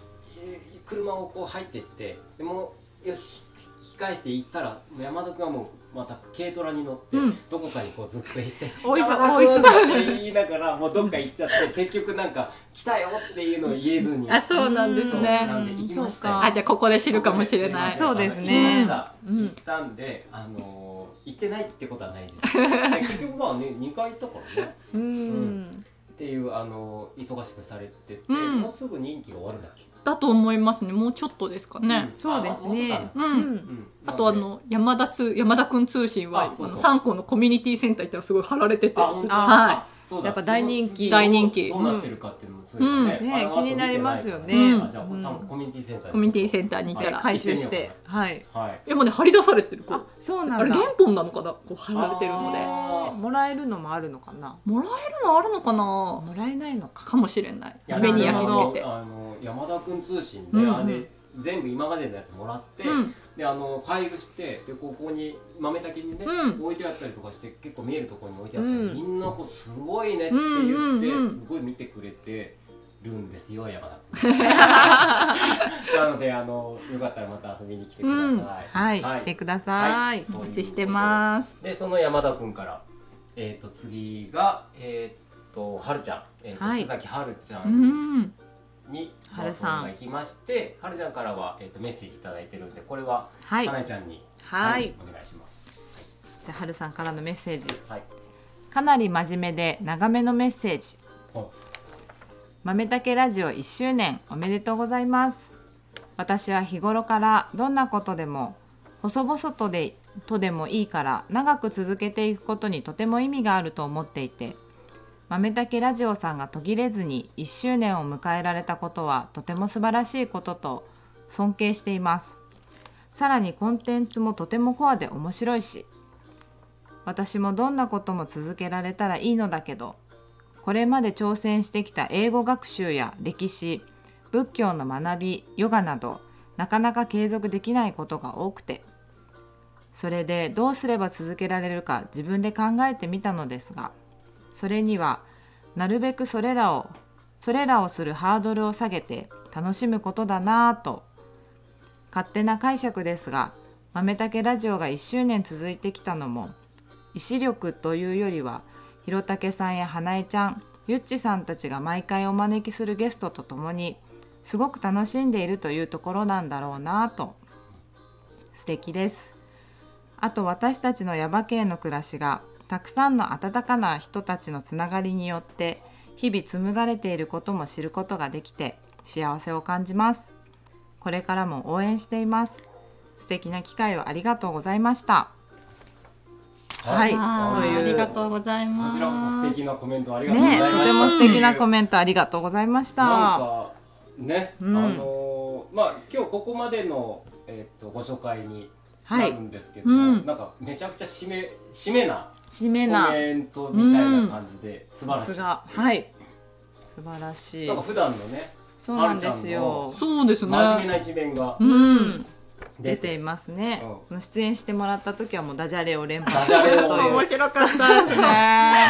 [SPEAKER 1] 車をこう入ってってでもうよし引き返して行ったらもう山田君はもうまた軽トラに乗って、
[SPEAKER 4] うん
[SPEAKER 1] どこかにこうずっと行って「
[SPEAKER 3] おいそ
[SPEAKER 1] 山田
[SPEAKER 3] おいそ
[SPEAKER 1] 君」って言いながらもうどっか行っちゃって結局なんか「来たよ」っていうのを言えずに
[SPEAKER 2] あそうなんです
[SPEAKER 1] そう
[SPEAKER 2] ね
[SPEAKER 1] なんで行きましたよ
[SPEAKER 2] あじゃあここで知るかもしれない
[SPEAKER 1] ここ
[SPEAKER 3] そうですね
[SPEAKER 1] 行きました
[SPEAKER 3] うん
[SPEAKER 1] 行ったんであのー行ってないってことはないですで結局まあね2回行ったからね
[SPEAKER 3] うん
[SPEAKER 1] んっていうあの忙しくされてて、
[SPEAKER 4] うん
[SPEAKER 1] もうすぐ任期が終わるんだっけ、
[SPEAKER 4] だと思いますねもうちょっとですかね
[SPEAKER 1] ん
[SPEAKER 3] そうですね
[SPEAKER 1] あもちょっとある
[SPEAKER 4] う
[SPEAKER 3] うんん
[SPEAKER 1] うん
[SPEAKER 2] あとあの山田通山田くん通信は
[SPEAKER 1] あそうそう
[SPEAKER 2] あの三個のコミュニティセンター行ったらすごい貼られてて
[SPEAKER 1] あ本当
[SPEAKER 4] はい
[SPEAKER 1] あそうだ
[SPEAKER 3] やっぱ大人気
[SPEAKER 1] その
[SPEAKER 2] 大人気
[SPEAKER 1] どうなってるかっていうのもそういうのね,、
[SPEAKER 3] うん
[SPEAKER 1] あの
[SPEAKER 3] ね気になりますよね
[SPEAKER 1] 後見てないからあじゃあ、
[SPEAKER 3] うん
[SPEAKER 1] さんコミュニティセンター
[SPEAKER 2] コミュニティ
[SPEAKER 1] ン
[SPEAKER 2] センターに行ったら、
[SPEAKER 1] はい
[SPEAKER 3] 回収してはい
[SPEAKER 1] はい
[SPEAKER 2] でもね貼り出されてるこ
[SPEAKER 3] あ
[SPEAKER 2] う
[SPEAKER 3] そう
[SPEAKER 2] あ
[SPEAKER 3] な
[SPEAKER 2] れ
[SPEAKER 3] んだ
[SPEAKER 2] 原本なのかなこう貼られてるので
[SPEAKER 1] あー
[SPEAKER 3] もらえるのもあるのかな
[SPEAKER 2] もらえるのあるのかな
[SPEAKER 3] もらえないのか
[SPEAKER 2] かもしれない
[SPEAKER 1] いや
[SPEAKER 2] 目に焼き
[SPEAKER 1] だ
[SPEAKER 2] 付
[SPEAKER 1] か
[SPEAKER 2] けて
[SPEAKER 1] らあの山田君通信で、
[SPEAKER 4] うんうん
[SPEAKER 1] あれ全部今までのやつもらって、
[SPEAKER 4] うん
[SPEAKER 1] であのファイルしてでここに豆竹にね、
[SPEAKER 4] うん
[SPEAKER 1] 置いてあったりとかして結構見えるところに置いてあったり、
[SPEAKER 3] うん
[SPEAKER 1] みんなこうすごいねって言って、
[SPEAKER 4] うんうんうん
[SPEAKER 1] すごい見てくれてるんですよ山田君なのであのよかったらまた遊びに来てください、
[SPEAKER 3] はい、
[SPEAKER 1] は
[SPEAKER 3] 来
[SPEAKER 1] い
[SPEAKER 3] てくだ
[SPEAKER 1] は
[SPEAKER 3] さい、
[SPEAKER 1] い
[SPEAKER 4] お待ちしてます
[SPEAKER 1] でその山田君からえっ、と次がえっ、とはるちゃん、えーと
[SPEAKER 4] はい
[SPEAKER 1] 福崎はるちゃ
[SPEAKER 4] うんん
[SPEAKER 1] に
[SPEAKER 4] はるさん
[SPEAKER 1] が行きまして、はるちゃんからはえっ、とメッセージいただいてるんで、これは
[SPEAKER 4] は
[SPEAKER 1] はいなえちゃんに、
[SPEAKER 4] はい
[SPEAKER 1] お願いします。
[SPEAKER 3] じゃあはるさんからのメッセージ
[SPEAKER 1] はい。
[SPEAKER 3] かなり真面目で長めのメッセージ
[SPEAKER 1] ほ
[SPEAKER 3] 豆たけラジオ1周年おめでとうございます私は日頃からどんなことでも細々とでとでもいいから長く続けていくことにとても意味があると思っていて豆たけラジオさんが途切れずに1周年を迎えられたことはとても素晴らしいことと尊敬していますさらにコンテンツもとてもコアで面白いし私もどんなことも続けられたらいいのだけどこれまで挑戦してきた英語学習や歴史仏教の学びヨガなどなかなか継続できないことが多くてそれでどうすれば続けられるか自分で考えてみたのですがそれにはなるべくそれらをそれらをするハードルを下げて楽しむことだなぁと勝手な解釈ですが豆たけラジオが1周年続いてきたのも意志力というよりはひろたけさんや花江ちゃんゆっちさんたちが毎回お招きするゲストとともにすごく楽しんでいるというところなんだろうなぁと素敵ですあと私たちの耶馬渓の暮らしがたくさんの温かな人たちのつながりによって日々紡がれていることも知ることができて幸せを感じますこれからも応援しています素敵な機会をありがとうございました
[SPEAKER 1] う
[SPEAKER 2] はい
[SPEAKER 4] あ
[SPEAKER 1] とい
[SPEAKER 4] ー
[SPEAKER 1] う
[SPEAKER 4] ありがとうございま
[SPEAKER 1] こ
[SPEAKER 4] す
[SPEAKER 1] ちらこそ素敵なコメントありがとうござ
[SPEAKER 3] ね
[SPEAKER 1] いました。
[SPEAKER 3] とても素敵なコ
[SPEAKER 1] メン
[SPEAKER 3] メントありがとうございま
[SPEAKER 1] な
[SPEAKER 3] し
[SPEAKER 1] ん
[SPEAKER 3] た
[SPEAKER 1] かね、
[SPEAKER 3] うん
[SPEAKER 1] あのーまあ今日ここまでのえっ、とご紹介に
[SPEAKER 3] は
[SPEAKER 1] ないるんですけども、
[SPEAKER 4] うん
[SPEAKER 1] なんかめちゃくちゃ締め締めな
[SPEAKER 3] 締
[SPEAKER 1] コ
[SPEAKER 3] めな
[SPEAKER 1] メントみたいな感じで、素晴ら
[SPEAKER 3] さ
[SPEAKER 1] し
[SPEAKER 3] す
[SPEAKER 1] い。
[SPEAKER 3] がはい素晴らしい
[SPEAKER 1] なんか普段のね
[SPEAKER 3] そうなんですよ
[SPEAKER 2] そうですね
[SPEAKER 1] 真面目な一面が
[SPEAKER 3] うん出
[SPEAKER 1] 出
[SPEAKER 3] て
[SPEAKER 1] て
[SPEAKER 3] いますね
[SPEAKER 1] うん
[SPEAKER 3] その出演してもらった時はもうダジャレを連発す
[SPEAKER 1] ダジャレ
[SPEAKER 3] る
[SPEAKER 1] を
[SPEAKER 3] という
[SPEAKER 1] 面
[SPEAKER 4] 白かったですね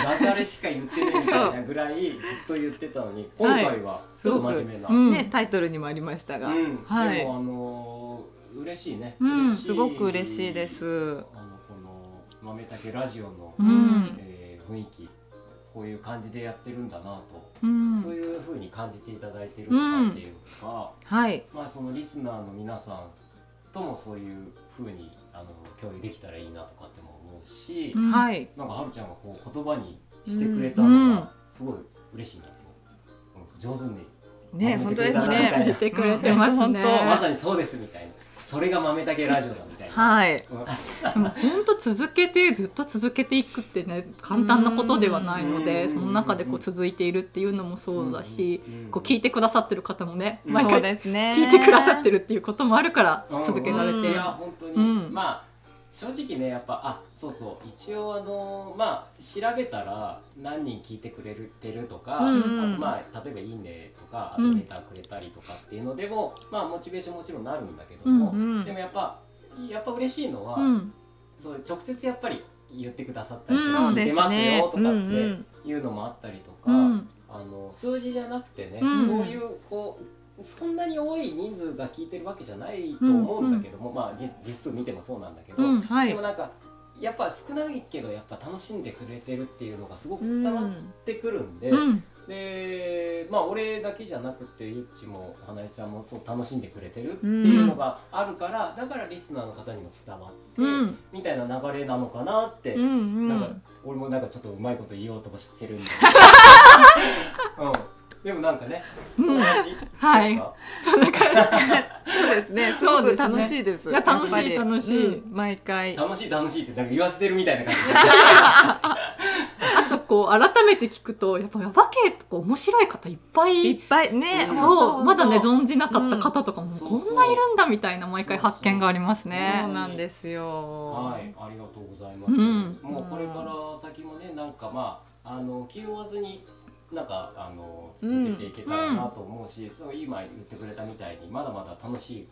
[SPEAKER 1] ダジャレしか言ってないみたいなぐらいずっと言ってたのに今回はちょっと真面目な、
[SPEAKER 4] うん
[SPEAKER 3] ねタイトルにもありましたが
[SPEAKER 1] うん
[SPEAKER 3] は
[SPEAKER 1] で
[SPEAKER 3] い
[SPEAKER 1] もあのー嬉しいね、
[SPEAKER 4] うん
[SPEAKER 1] 嬉しい
[SPEAKER 3] すごく嬉しいです
[SPEAKER 1] あのこの豆たけラジオの、
[SPEAKER 4] う
[SPEAKER 3] うん
[SPEAKER 4] ん
[SPEAKER 1] えー雰囲気こういう感じでやってるんだなと、
[SPEAKER 4] うん
[SPEAKER 1] そういう風に感じていただいてるとかっていうのが、
[SPEAKER 3] はい
[SPEAKER 1] まあそのリスナーの皆さんともそういう風にあの共有できたらいいなとかっても思うし、
[SPEAKER 4] うん
[SPEAKER 3] はい
[SPEAKER 1] なんかはるちゃんがこう言葉にしてくれたのがすごい嬉しいなと、うん上手に
[SPEAKER 3] ね
[SPEAKER 1] 褒
[SPEAKER 3] 本
[SPEAKER 1] め
[SPEAKER 3] 当
[SPEAKER 1] てくれ
[SPEAKER 3] で
[SPEAKER 1] た
[SPEAKER 3] す
[SPEAKER 1] な
[SPEAKER 3] ね
[SPEAKER 4] 出てくれてますね
[SPEAKER 3] うん
[SPEAKER 1] まさにそうですみたいなそれが豆だけラジオだみたいな、
[SPEAKER 3] はい
[SPEAKER 1] うん
[SPEAKER 2] でも本当続けてずっと続けていくってね簡単なことではないの
[SPEAKER 1] うん
[SPEAKER 2] でその中でこう続いているっていうのもそうだし、
[SPEAKER 1] うんうん
[SPEAKER 2] こう聞いてくださってる方もね
[SPEAKER 1] うん
[SPEAKER 2] 毎
[SPEAKER 3] そう
[SPEAKER 2] 回
[SPEAKER 3] ですね
[SPEAKER 2] 聞いてくださってるっていうこともあるから
[SPEAKER 1] うん
[SPEAKER 2] 続けられて、
[SPEAKER 1] いや本当に、
[SPEAKER 2] うん
[SPEAKER 1] まあ正直ねやっぱあそうそう一応あのまあ調べたら何人聞いてくれてるとか、
[SPEAKER 3] うん
[SPEAKER 1] あとまあ例えば「いいね」とかあと
[SPEAKER 4] うん
[SPEAKER 1] レターくれたりとかっていうのでも、まあモチベーションもちろんなるんだけども、
[SPEAKER 4] う
[SPEAKER 1] でもやっぱやっぱ嬉しいのは、
[SPEAKER 4] うん
[SPEAKER 1] そう直接やっぱり言ってくださったり、
[SPEAKER 4] うん
[SPEAKER 1] 聞
[SPEAKER 3] そう
[SPEAKER 1] い
[SPEAKER 3] で
[SPEAKER 1] て
[SPEAKER 3] す
[SPEAKER 1] ます
[SPEAKER 3] ね
[SPEAKER 1] よとかっていうのもあったりとか、
[SPEAKER 4] うん
[SPEAKER 1] あの数字じゃなくてね、
[SPEAKER 4] うん
[SPEAKER 1] そういうこうそんなに多い人数が聞いてるわけじゃないと思うんだけども、まあじ実数見てもそうなんだけど、
[SPEAKER 4] うん
[SPEAKER 3] は
[SPEAKER 1] で
[SPEAKER 3] い
[SPEAKER 1] もなんかやっぱ少ないけどやっぱ楽しんでくれてるっていうのがすごく
[SPEAKER 3] う
[SPEAKER 1] 伝わっ
[SPEAKER 3] ん
[SPEAKER 1] てくるんで、
[SPEAKER 4] うん
[SPEAKER 1] でまあ俺だけじゃなくてゆっちも花江ちゃんもそう楽しんでくれてるっていうのがあるから、だからリスナーの方にも伝わって、
[SPEAKER 4] うん
[SPEAKER 1] みたいな流れなのかなって、
[SPEAKER 3] うんう
[SPEAKER 1] なんか
[SPEAKER 3] ん
[SPEAKER 1] 俺もなんかちょっとうまいこと言おうともしてるんだけど、うん、でもなんかね、そんな感じですか、
[SPEAKER 2] はいそんな感
[SPEAKER 3] そうですねすご
[SPEAKER 2] そう
[SPEAKER 3] く
[SPEAKER 2] ですね
[SPEAKER 3] 楽しいです
[SPEAKER 2] いや楽しい
[SPEAKER 3] やっぱり
[SPEAKER 2] 楽しい
[SPEAKER 3] うん毎回
[SPEAKER 1] 楽しい楽しいってなんか言わせてるみたいな感じで
[SPEAKER 2] じあとこう改めて聞くとやっぱヤバ系とか面白い方いっぱい
[SPEAKER 3] いっぱいね
[SPEAKER 1] うん
[SPEAKER 2] そうまだね
[SPEAKER 3] そう
[SPEAKER 2] 存じなかった方とかも、
[SPEAKER 1] うん
[SPEAKER 2] こんないるんだみたいな毎回発見がありますね。
[SPEAKER 3] なんですよ
[SPEAKER 1] はい、ありがとうございます。
[SPEAKER 2] うん
[SPEAKER 1] もうこれから先もね、なんかまあ、あの気負わずに。なんかあの続けていけたらなと思うし、そう今言ってくれたみたいにまだまだ楽し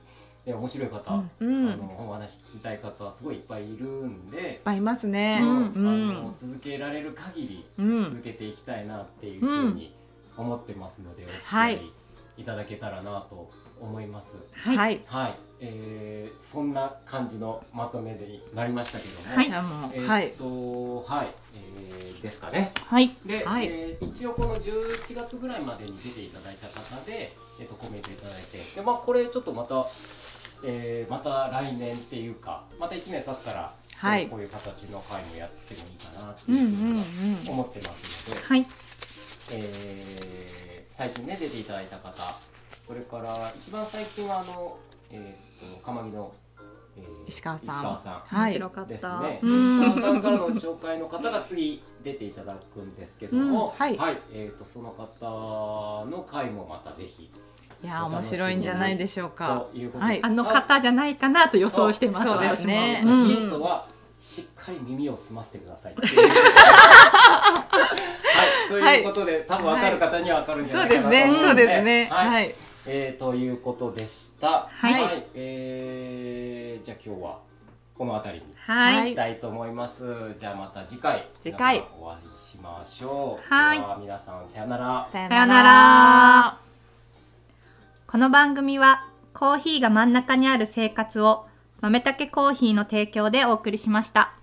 [SPEAKER 1] い、ね、面白い方、
[SPEAKER 2] うん
[SPEAKER 1] あ
[SPEAKER 3] うんいっ
[SPEAKER 1] のお話聞きたい方はすごいいっぱいいるんで、
[SPEAKER 3] ぱいいますね
[SPEAKER 1] う
[SPEAKER 2] うんん
[SPEAKER 1] あの続けられる限り
[SPEAKER 3] うん
[SPEAKER 1] 続けていきたいなっていうふうに思ってますので、お付き合いいただけたらなと思います。
[SPEAKER 4] はい
[SPEAKER 3] はい。
[SPEAKER 1] はい、えー、そんな感じのまとめになりましたけども、
[SPEAKER 4] はい
[SPEAKER 3] じゃあもう
[SPEAKER 1] え
[SPEAKER 2] はい
[SPEAKER 1] ーっとはい、えーですかね。
[SPEAKER 2] はい
[SPEAKER 1] で、
[SPEAKER 3] はい
[SPEAKER 1] えー一応この11月ぐらいまでに出ていただいた方で、えっとコメントいただいてで、まあ、これちょっとまた、えーまた来年っていうかまた1年経ったら、
[SPEAKER 2] はい
[SPEAKER 1] そうこういう形の会もやってもいいかなっていうふうには思ってますので、
[SPEAKER 4] はい
[SPEAKER 1] えー最近ね出ていただいた方それから一番最近はあの、えーっと釜木の、えー
[SPEAKER 3] 石川さん
[SPEAKER 1] 石川さん
[SPEAKER 3] は
[SPEAKER 4] 面
[SPEAKER 3] い
[SPEAKER 4] 白かっ
[SPEAKER 1] です
[SPEAKER 4] た、
[SPEAKER 1] ね。
[SPEAKER 4] う
[SPEAKER 1] 石
[SPEAKER 4] ん
[SPEAKER 1] 川さんからの紹介の方が次出ていただくんですけど
[SPEAKER 2] うん
[SPEAKER 1] も、
[SPEAKER 2] はい
[SPEAKER 1] えー、とその方の回もまたぜひ
[SPEAKER 3] いやー面白いんじゃないでしょうか
[SPEAKER 1] と。いうことで、
[SPEAKER 3] はい
[SPEAKER 4] あの方じゃないかなと予想してます
[SPEAKER 3] そうですね
[SPEAKER 1] ヒ
[SPEAKER 4] 私も
[SPEAKER 1] ントはしっかり耳を澄ませてくださいって いう。はい、ということで、多分分かる方には分かるんじゃ
[SPEAKER 3] そ
[SPEAKER 1] な
[SPEAKER 3] う
[SPEAKER 1] いか
[SPEAKER 3] で
[SPEAKER 1] なと
[SPEAKER 3] す
[SPEAKER 1] 思います。
[SPEAKER 3] ねそうですね。
[SPEAKER 1] はい
[SPEAKER 3] はい。
[SPEAKER 1] えー、ということでした。
[SPEAKER 4] はい
[SPEAKER 1] えーじゃあ今日はこの辺りに
[SPEAKER 4] はい、
[SPEAKER 3] はい
[SPEAKER 1] したいと思います。じゃあまた次回
[SPEAKER 3] 次回
[SPEAKER 1] 皆さんお会いしましょう。
[SPEAKER 4] はい
[SPEAKER 1] では皆さんさよなら。
[SPEAKER 3] さよ
[SPEAKER 4] さよなら。この番組はコーヒーが真ん中にある生活を豆たけコーヒーの提供でお送りしました。